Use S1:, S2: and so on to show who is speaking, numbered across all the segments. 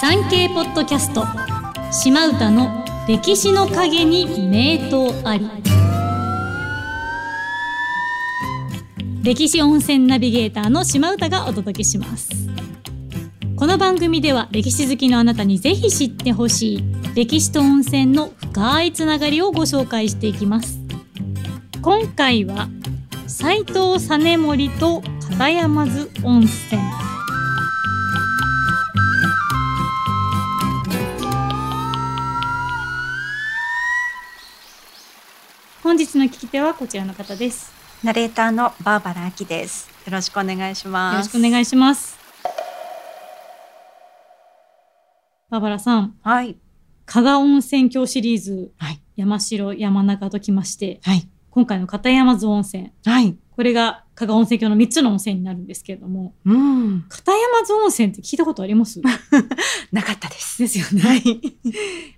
S1: 産経ポッドキャスト島唄の歴史の陰に名刀あり歴史温泉ナビゲーターの島唄がお届けしますこの番組では歴史好きのあなたにぜひ知ってほしい歴史と温泉の深いつながりをご紹介していきます今回は斉藤実盛と片山津温泉本日の聞き手はこちらの方です
S2: ナレーターのバーバラアキです。よろしくお願いし
S1: よろ
S2: ま
S1: し
S2: す。
S1: くお願
S2: い。
S1: いしますババラさん
S2: はい。
S1: 加賀温泉郷シリーズ、
S2: はい
S1: 山城山中ときまして
S2: はい。
S1: 今回の片山津温泉
S2: はい。
S1: これが加賀温泉郷の3つの温泉になるんですけれども
S2: うん。
S1: 片山津温泉って聞いたことあります
S2: なかったです。
S1: ですよね、
S2: はい。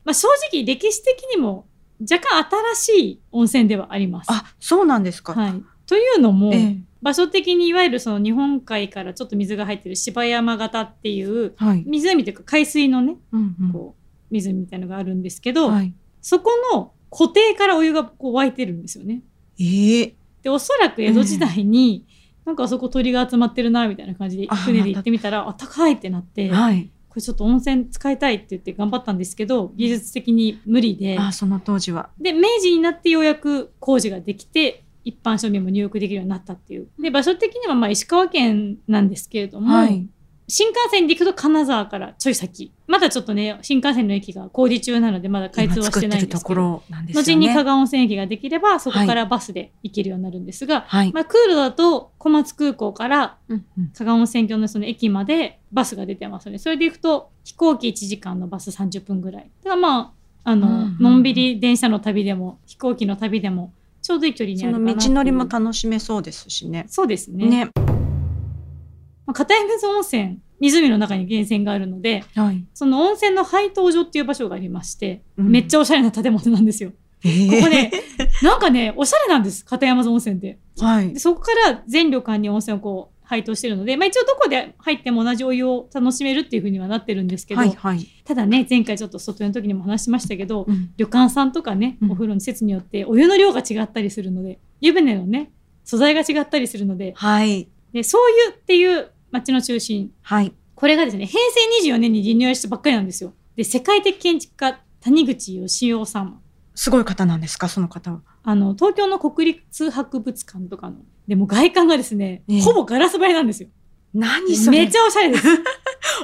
S1: まあ、正直歴史的にも若干新しい温泉ではあります。
S2: あ、そうなんですか。
S1: はい、というのも、
S2: ええ。
S1: 場所的にいわゆるその日本海からちょっと水が入ってる芝山型っていう
S2: はい。
S1: 湖というか海水のね
S2: うんう
S1: こう湖みたいのがあるんですけど、
S2: はい。
S1: そこの湖底からお湯がこう湧いてるんですよね。
S2: ええ
S1: でおそらく江戸時代に、なんかあそこ鳥が集まってるなみたいな感じで
S2: あ
S1: 船で行ってみたらあったかいってなってこ
S2: はい。
S1: れちょっと温泉使いたいって言って頑張ったんですけど技術的に無理で
S2: あ、その当時は。
S1: で明治になってようやく工事ができて一般庶民も入浴できるようになったっていうで場所的にはまあ石川県なんですけれども、
S2: はい。
S1: 新幹線で行くと金沢からちょい先まだちょっとね新幹線の駅が工事中なのでまだ開通はしてないん
S2: 今作ってる
S1: で
S2: と
S1: すけ
S2: こ
S1: ど
S2: ろなんです
S1: 後
S2: よね。
S1: に加賀温泉駅ができればそこからバスで行けるようになるんですが、
S2: はい。
S1: まあ、空路だと小松空港から
S2: うんうん
S1: 加賀温泉郷のその駅までバスが出てますのでそれで行くと飛行機1時間のバス30分ぐらいだからまああの、
S2: うんうん
S1: のんびり電車の旅でも飛行機の旅でもちょうどいい距離にあ
S2: そ
S1: るか
S2: の
S1: なっていう
S2: 道のりも楽しめそうですしね。
S1: そうですね、
S2: ね。
S1: まあ、片山津温泉湖の中に源泉があるので
S2: はい。
S1: その温泉の配湯所っていう場所がありまして、
S2: うん
S1: めっちゃおしゃれな建物なんですよ。こ
S2: こ
S1: こね、なんかねおしゃれなんです片山津温泉って。
S2: はい
S1: で。そこから全旅館に温泉をこう配湯してるので、まあ、一応どこで入っても同じお湯を楽しめるっていうふうにはなってるんですけど、
S2: はい。はい。
S1: ただね前回ちょっと外湯の時にも話しましたけど、
S2: うん
S1: 旅館さんとかね
S2: うん
S1: お風呂の施設によってお湯の量が違ったりするので湯船のね素材が違ったりするので
S2: はい。
S1: でそういうっていう街の中心
S2: はい。
S1: これがですね平成24年にリニューアルしたばっかりなんですよ。で世界的建築家谷口義雄さん
S2: すごい方なんですか、その方は。
S1: あの東京の国立博物館とかのでも外観がですね、
S2: ええ
S1: ほぼガラス張りなんですよ。
S2: 何それ。
S1: めっちゃおしゃれです。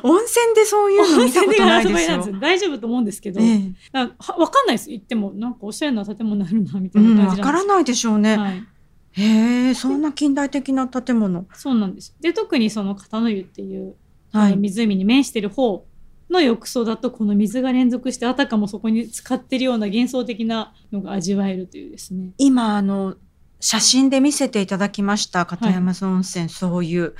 S2: 温泉でそういう の
S1: 温
S2: 見た
S1: 泉
S2: こ
S1: で
S2: と
S1: ガ
S2: な
S1: ラ
S2: い
S1: ス
S2: で
S1: 張り
S2: す
S1: なん
S2: よ
S1: です。よ。大丈夫と思うんですけど、
S2: ええ
S1: なんかはわかんないです。行ってもなんかおしゃれな建物あるなみた
S2: う、
S1: いなん感
S2: わ
S1: じなんで
S2: から
S1: す。
S2: ないでしょうね。
S1: はい、
S2: へえ、そんな近代的な建物。
S1: そうなんです。で特にその片の湯っていう、
S2: はい。
S1: 湖に面してる方の浴槽だとこの水が連続してあたかもそこに使ってるような幻想的なのが味わえるというですね。
S2: 今、あの、写真で見せていただきました、片山津温泉、そういう。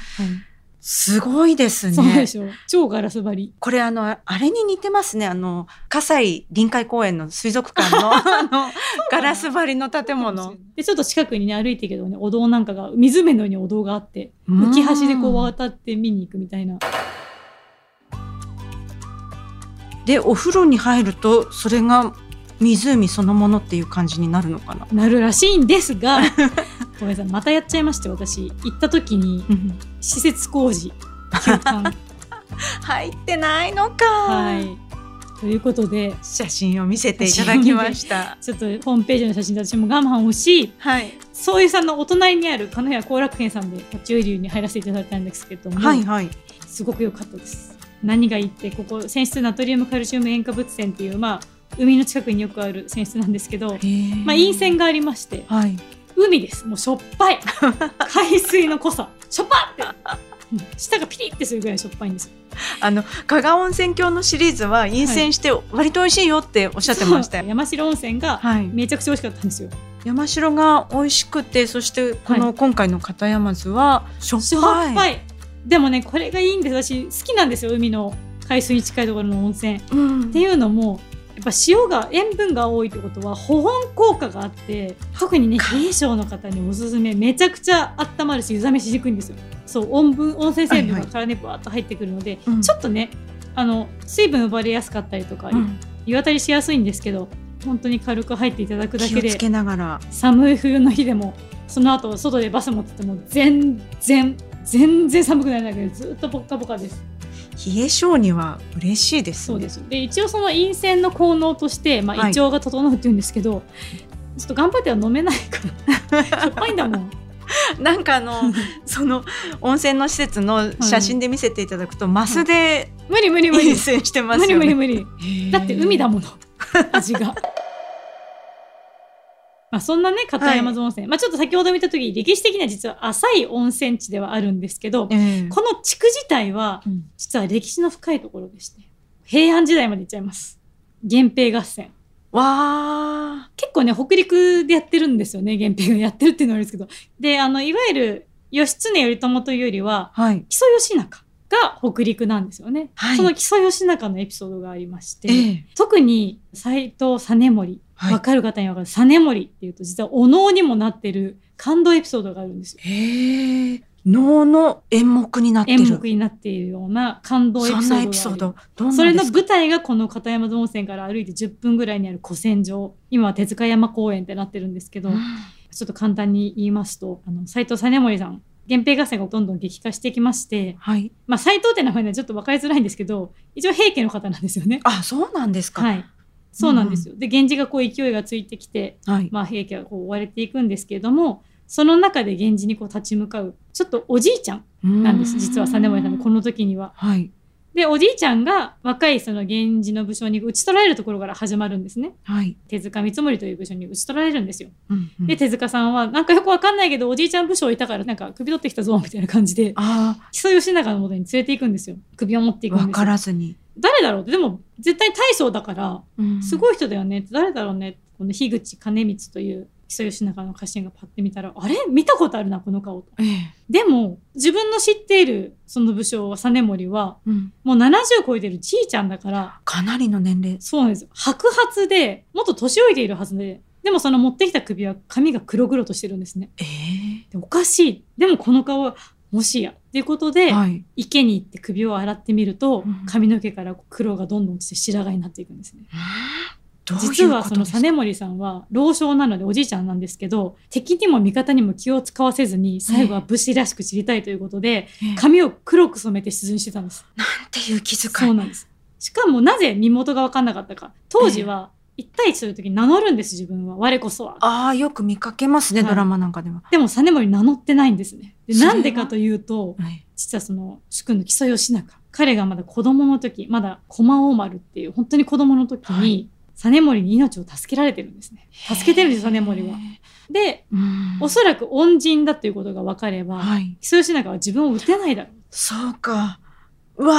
S2: すごいです
S1: そうで
S2: ね。
S1: しょう。超ガラス張り。
S2: これ、あの、ああれに似てますね。あの、葛西臨海公園の水族館 の、あの、ガラス張りの建物。
S1: でちょっと近くにね歩いてるけどねお堂なんかが湖のようにお堂があって浮き橋でこう
S2: うん
S1: 渡って見に行くみたいな
S2: で、お風呂に入ると、それが湖そのものっていう感じになるのかな。
S1: なるらしいんです がごめんなさいまたやっちゃいまして私行った時に施設工事休 館
S2: 入ってないのか。
S1: はいということで
S2: 写真を見せていただきました。
S1: ちょっとホームページの写真で私も我慢をし
S2: はい。
S1: そういうさんのお隣にある鹿屋後楽園さんで立ち寄り流に入らせていただいたんですけども、
S2: はいはい。
S1: すごく良かったです何がいいってここ泉質ナトリウムカルシウム塩化物泉っていうまあ海の近くによくある泉質なんですけど、まあ、陰線がありまして
S2: はい。
S1: 海ですもうしょっぱい海水の濃さしょっぱってうん舌がピリってするぐらいしょっぱいんですよ
S2: あの加賀温泉郷のシリーズは陰線して割と美味しいよっておっしゃってましたよ。
S1: 山城温泉が
S2: はい。
S1: めちゃくちゃ美味しかったんですよ
S2: 山城が美味しくて、そしてこの、
S1: は
S2: 今回の片山津はしょっ
S1: しょっ
S2: ぱい。
S1: ぱいでもねこれがいいんです私好きなんですよ海の海水に近いところの温泉っ
S2: うん
S1: ていうのもやっぱ塩が塩分が多いってことは保温効果があって特にね冷え性の方におすすめめちゃくちゃ温まるし湯冷めしにくいんですよそう温分温泉成分
S2: はい
S1: が
S2: はい
S1: 体にバーッと入ってくるので、
S2: うん
S1: ちょっとねあの水分奪われやすかったりとか、
S2: うん
S1: 湯あたりしやすいんですけど本当に軽く入っていただくだ
S2: 気を
S1: け
S2: つ
S1: で
S2: けながら
S1: 寒い冬の日でもその後外でバス持ってても全然全然寒くないだけでずっとポッカポカです
S2: 冷え性には嬉しいですね。
S1: そうですで一応その陰線の効能として、まあ、
S2: はい
S1: 胃腸が整うっていうんですけど、ちょっと頑張っては飲めないから しょっぱいんだもん
S2: なんかあ のその温泉の施設の写真で見せていただくと、マスで
S1: 無理無理無理
S2: 陰性してます
S1: 無
S2: よ
S1: 理
S2: ね。
S1: 無理無理だって海だ
S2: ん。
S1: もの味が。まあそんなね片山津温泉、まあちょっと先ほど見た時歴史的には実は浅い温泉地ではあるんですけど、
S2: ええ
S1: この地区自体は
S2: うん
S1: 実は歴史の深いところでして平安時代まで行っちゃいます源平合戦
S2: わあ、
S1: 結構ね北陸でやってるんですよね源平がや ってるっていうのはあれですけどであのいわゆる義経頼朝というよりは
S2: はい。
S1: 木曽義仲が北陸なんですよね、
S2: はい
S1: その木曽義仲のエピソードがありまして、
S2: ええ
S1: 特に斎藤実盛、
S2: はい
S1: わかる方にわかる実盛っていうと実はお能にもなってる感動エピソードがあるんですよ。
S2: へえ、能の演目になってる。
S1: 演目になっているような感動エピソ
S2: そ
S1: ード
S2: ん
S1: があ
S2: な
S1: る
S2: エピソード。どんな
S1: それ
S2: で
S1: の
S2: すか
S1: 舞台がこの片山津温泉から歩いて10分ぐらいにある古戦場今は手塚山公園ってなってるんですけど、
S2: うん
S1: ちょっと簡単に言いますとあの斎藤実盛さん源平合戦がどんどん激化してきまして、
S2: はい。
S1: まあ、斎藤って名前にはちょっと分かりづらいんですけど一応平家の方なんですよね。
S2: あ、そうなんですか。。
S1: はいい、そうなんですよ、で源氏がこう勢いがついてきて
S2: はい。
S1: まあ、平家はこう追われていくんですけれどもその中で源氏にこう立ち向かうちょっとおじいちゃんなんです実は実盛さんのこ
S2: の。
S1: の時には。
S2: はい。
S1: でおじいちゃんが若いその源氏の武将に討ち取られるところから始まるんですね
S2: はい。
S1: 手塚光盛という武将に討ち取られるんですよ。
S2: うんうん
S1: で手塚さんはなんかよくわかんないけどおじいちゃん武将いたからなんか首取ってきたぞみたいな感じで
S2: あ
S1: 木曽義仲のもとに連れていくんですよ首を持っていく
S2: あ、
S1: んです
S2: わ
S1: よ
S2: からずに。
S1: 誰だろうってでも絶対大将だからす
S2: い。
S1: ごい人だよねって誰だろうねってこの樋口兼光という木曽義仲の家臣がパッて見たらあれ見たことあるなこの顔と
S2: ええ。
S1: でも自分の知っているその武将は実盛は
S2: うん。
S1: もう70超えてるじいちゃんだから
S2: かなりの年齢。
S1: そうなんですよ白髪でもっと年老いているはずででもその持ってきた首は髪が黒々としてるんですね
S2: え
S1: でおかしいでもこの顔はもしやっていうことで、
S2: え。はい。
S1: 池に行って首を洗ってみると
S2: うん
S1: 髪の毛から黒がどんどん落ちて白髪になっていくんですね
S2: どういうことです
S1: 実
S2: か
S1: はその実盛さんは老将なのでおじいちゃんなんですけど敵にも味方にも気を使わせずに最後は武士らしく散りたいということで
S2: ええ
S1: 髪を黒く染めて出陣してたんです。
S2: っていう気遣い。
S1: そうなんですしかもなぜ身元が分かんなかったか当時は1対1という時に名乗るんです自分は我こそは。
S2: ああ、よく見かけますね、
S1: はい
S2: ドラマなんかでは。
S1: でも実盛名乗ってないんですね。で
S2: それは
S1: なんでかというと
S2: はい。
S1: 実はその主君の木曽義仲彼がまだ子供の時まだ駒王丸っていう本当に子供の時に、
S2: はい
S1: 実盛に命を助けられてるんですね助けてるんです実盛は
S2: へ。
S1: で
S2: え。うん
S1: おそらく恩人だということが分かれば、
S2: はい。
S1: 木曽義仲は自分を撃てないだろう
S2: そうか。うわ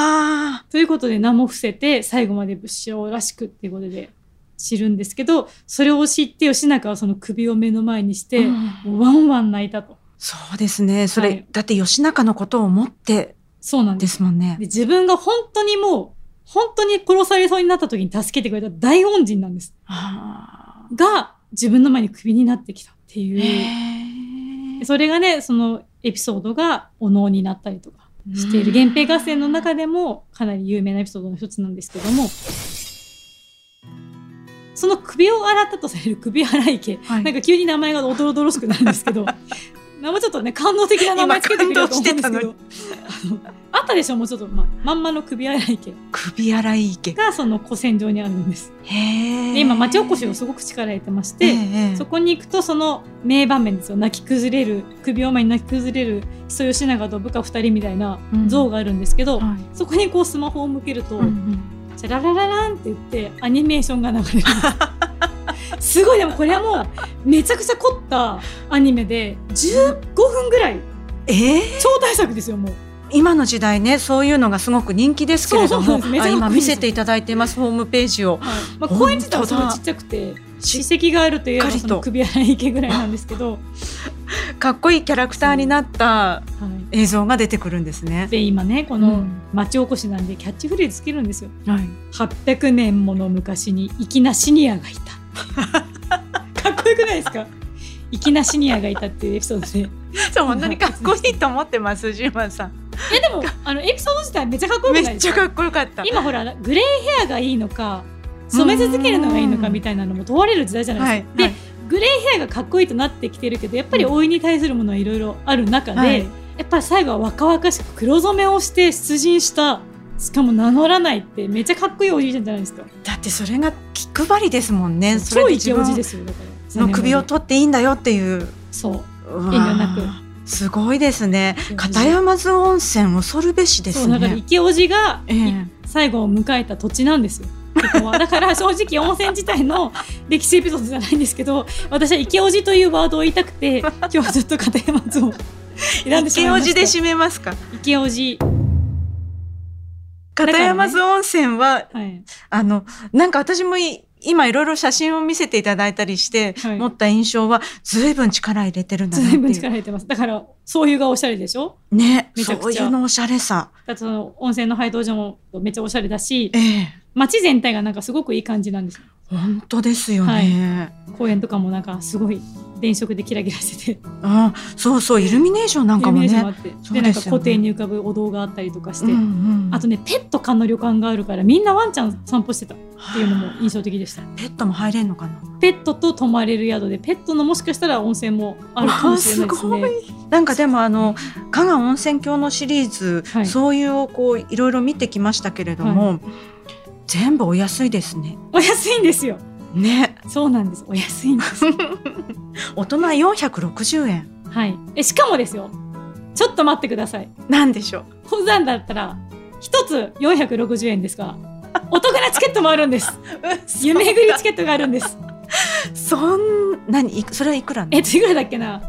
S2: あ。
S1: ということで名も伏せて最後まで武将らしくっていうことで知るんですけどそれを知って義仲はその首を目の前にして、
S2: うん
S1: もうワンワン泣いたと
S2: そうですね。それ、
S1: はい
S2: だって吉中のことを思って
S1: そうなんです
S2: ですもんね
S1: で。自分が本当にもう本当に殺されそうになった時に助けてくれた大恩人なんです
S2: あ
S1: が自分の前にクビになってきたって
S2: ー
S1: いう
S2: へえ
S1: それがねそのエピソードがお能になったりとかしている源平合戦の中でもかなり有名なエピソードの一つなんですけどもその首を洗ったとされる首洗池、
S2: はい
S1: なんか急に名前がおどろどろしくなるんです けど名前ちょっとね感動的な名前つけてくれると思うんですけど
S2: 今
S1: あのあったでしょもうちょっと、まあ、まんまの首洗池
S2: 首洗い池。
S1: がその古戦場にあるんです。
S2: へえ
S1: で今町おこしをすごく力入れてまし
S2: え
S1: て、
S2: え
S1: そこに行くとその名場面ですよ泣き崩れる首を前に泣き崩れる木曽義長と部下2人みたいな
S2: うん
S1: 像があるんですけど、
S2: はい
S1: そこにこうスマホを向けると
S2: うんうん
S1: 「チャララララン」って言ってアニメーションが流れる すごいでもこれはもうめちゃくちゃ凝ったアニメで15分ぐらい
S2: ええ
S1: 超大作ですよもう
S2: 今の時代ねそういうのがすごく人気ですけれど
S1: そう
S2: も
S1: そうそうめちゃ
S2: あ
S1: くちゃ人
S2: 今
S1: 気で
S2: 見
S1: す
S2: せていただいていますホームページを
S1: はいまあ、
S2: 本当だ
S1: 公園自体はそんなちっちゃくて史跡があるといえば
S2: しっかり
S1: そ
S2: と
S1: の首洗い池ぐらいなんですけど、は
S2: かっこいいキャラクターになった
S1: い、
S2: 映像が出てくるんですね。
S1: で今ねこ
S2: う
S1: の
S2: ん
S1: 町おこしなんでキャッチフレーズつけるんですよ。
S2: はい、
S1: 800年もの昔に粋なシニアがい たかっこよくないですか粋なシニアがいたっていうエピソードで
S2: そう本当にかっこいいと思ってますジーマンさん。
S1: いやでも あのエピソード自体めっちゃかっこよくな
S2: め
S1: い
S2: っ
S1: で
S2: ち
S1: す
S2: ゃ
S1: か
S2: かっこよかった。
S1: 今ほらグレーヘアがいいのか染め続けるのがいいのかみたいなのも問われる時代じゃないですか。
S2: は
S1: で、
S2: いはい
S1: グレーヘアがかっこいいとなってきてるけどやっぱり老いに対するものはいろいろある中で、
S2: はい
S1: やっぱり最後は若々しく黒染めをして出陣したしかも名乗らないってめっちゃかっこいいおじいちゃんじゃないですか。
S2: だってそれが気配りですもんね。それ
S1: 超
S2: で
S1: イケ
S2: 自
S1: お
S2: 分
S1: じですよだから。
S2: の首を取っていいんだよっていう。
S1: そう
S2: 遠
S1: 遠慮なく
S2: すごいですね
S1: いや。
S2: 片山津温泉恐るべしで
S1: そう
S2: す
S1: だから
S2: ね。
S1: 池おじが、
S2: ええ
S1: 最後を迎えた土地なんですよ。ここ はだから正直温泉自体の歴史エピソードじゃないんですけど私は池おじというワードを言いたくて今日はちょっと片山津を選んでし
S2: 池
S1: まい
S2: お
S1: まし
S2: じ
S1: た
S2: で締めますか。
S1: 池おじ、らね
S2: 片山津温泉は
S1: はい、
S2: あのなんか私もい今いろいろ写真を見せていただいたりして、
S1: はい
S2: 持った印象はずいぶん力入れてるん だなって
S1: 随分
S2: い
S1: 力
S2: う
S1: 入れてますだからそういうがおしゃれでしょ
S2: ね
S1: めちゃ
S2: そ
S1: く
S2: う
S1: ち
S2: い
S1: ゃ
S2: うのおしゃれさ。
S1: だってその温泉の配当所もめっちゃおしゃれだし
S2: ええ
S1: 街全体がなんかすごくいい感じなんですよ
S2: 本当ですよね。
S1: 公園とかもなんかすごい電飾でキラキラしてて
S2: あそうそうイルミネーションなんかも
S1: イルミネーションもあ
S2: ね。
S1: ってで,、
S2: そうですよね
S1: なんか湖底に浮かぶお堂があったりとかし
S2: う
S1: て、
S2: んうん
S1: あとねペット可の旅館があるからみんなワンちゃん散歩してたっていうのも印象的でした
S2: ペットも入れんのかな。
S1: ペットと泊まれる宿でペットのもしかしたら温泉もあるかもしれないですね
S2: わあすごいなんかでもあの加賀温泉郷のシリーズ、
S1: はい
S2: そういうをこういろいろ見てきましたけれども、全部お安いですね。
S1: お安いんですよ
S2: ね、
S1: そうなんですお安いんです
S2: 大人460円
S1: はいえしかもですよちょっと待ってください
S2: なんでしょ う。
S1: 本山だったら一つ460円ですがお得なチケットもあるんです 夢ぐりチケットがあるんです
S2: そんなにいそれはいくらなの
S1: えっといくらだっけな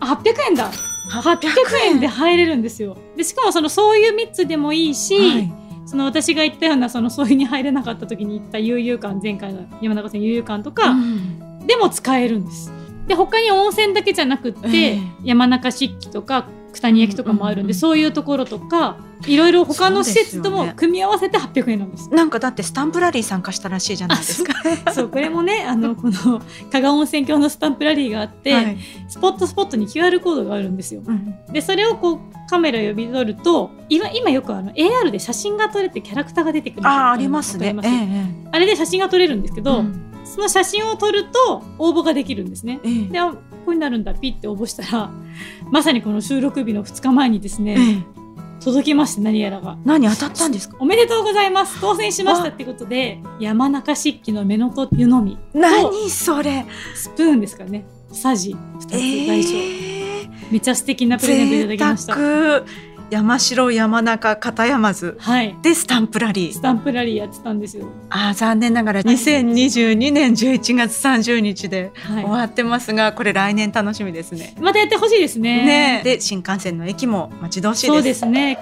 S1: あ800円だ800円で入れるんですよでしかもそのそういう3つでもいいし、
S2: はい
S1: その私が言ったようなそのそういうに入れなかった時に行った悠々館前回の山中線悠々館と
S2: う
S1: か
S2: ん
S1: でも使えるんです。で他に温泉だけじゃなくって、
S2: ええ
S1: 山中漆器とか九谷焼とかもあるんで、
S2: うんうんうん
S1: そういうところとかいろいろ他の施設と
S2: そうです
S1: も
S2: よね
S1: 組み合わせて800円なんです。
S2: なんかだってスタンプラリー参加したらしいじゃないですか。
S1: そうこれもねあ のこの加賀温泉郷のスタンプラリーがあって、
S2: はい
S1: スポットスポットに QR コードがあるんですよ。
S2: うん
S1: でそれをこうカメラを呼び取ると今今よくあの AR で写真が撮れてキャラクターが出てくる
S2: あああります
S1: わか
S2: ね。
S1: り
S2: ええ
S1: あれで写真が撮れるんですけ
S2: ええ
S1: ど、
S2: うん
S1: その写真を撮ると応募ができるんですね。
S2: ええ
S1: で、あこうになるんだ、ピッて応募したら、 まさにこの収録日の2日前にです
S2: え
S1: ね、
S2: え
S1: 届きまして何やらが。
S2: 何当たったんですか。
S1: おめでとうございます当選しましたってことで、山中漆器の目のと湯飲み、
S2: 何それ。
S1: スプーンですからね、サジ2つ大小、
S2: ええ
S1: めっちゃ素敵なプレゼントいただきま
S2: 贅
S1: した。
S2: 沢山城山中片山津
S1: はい。
S2: でスタンプラリ
S1: ス
S2: ー
S1: タンプラリーやってたんですよ。
S2: あー残念ながら2022年11月30日で
S1: は
S2: 終
S1: い。
S2: わってますがこれ来年楽しみですね。
S1: またやってほしいですね。
S2: ねえで新幹線の駅も待ち遠しいです。
S1: そうですね。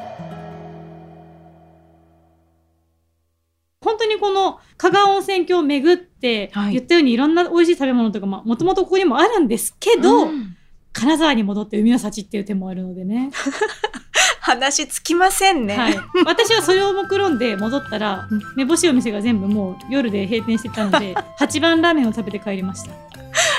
S1: 本当にこの加賀温泉郷を巡って、
S2: はい
S1: 言ったようにいろんな美味しい食べ物とかももともとここにもあるんですけど、
S2: うん
S1: 金沢に戻って海の幸っていう手もあるのでね
S2: 話つきませんね。
S1: はい、私はそれを目論んで戻ったら
S2: うん
S1: 目星お店が全部もう夜で閉店してた ので八番ラーメンを食べて帰りました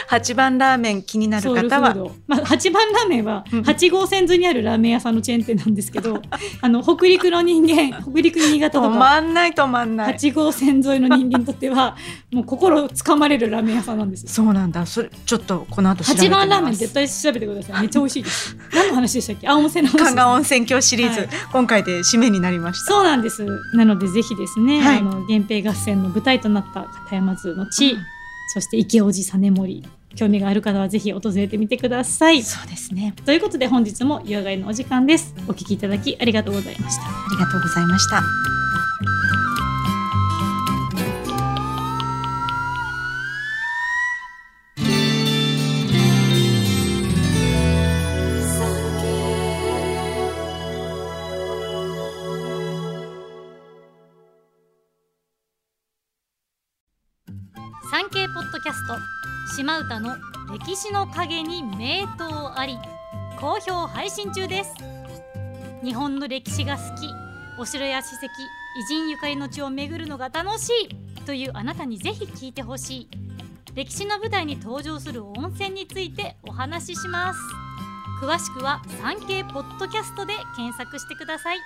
S2: 八番ラーメン気になる
S1: ソウルフ
S2: 方
S1: ー
S2: は
S1: ド、まあ、8番ラーメンは
S2: うん
S1: 8号線沿いにあるラーメン屋さんのチェーン店なんですけ どあの北陸の人間北陸新潟と
S2: 止
S1: か
S2: まんない止まんない。
S1: 8号線沿いの人間にとって はもう心をつかまれるラーメン屋さんなんですよ
S2: そうなんだ。それちょっとこの後調べて
S1: 八
S2: みます。
S1: 番ラーメン絶対調べてくださいめっちゃ美味しいです何の話でしたっけあ温泉の話です
S2: 関川温泉郷シリーズ、
S1: はい
S2: 今回で締めになりました。
S1: そうなんですなのでぜひですね、
S2: はい
S1: あの源平合戦の舞台となった片山津の地、そして池叔父実盛興味がある方はぜひ訪れてみてください
S2: そうですね。
S1: ということで本日も湯上がりのお時間ですお聞きいただきありがとうございました
S2: ありがとうございました。
S1: 産経ポッドキャスト島唄の歴史の陰に名刀あり好評配信中です日本の歴史が好きお城や史跡偉人ゆかりの地を巡るのが楽しいというあなたにぜひ聞いてほしい歴史の舞台に登場する温泉についてお話しします詳しくは産経ポッドキャストで検索してください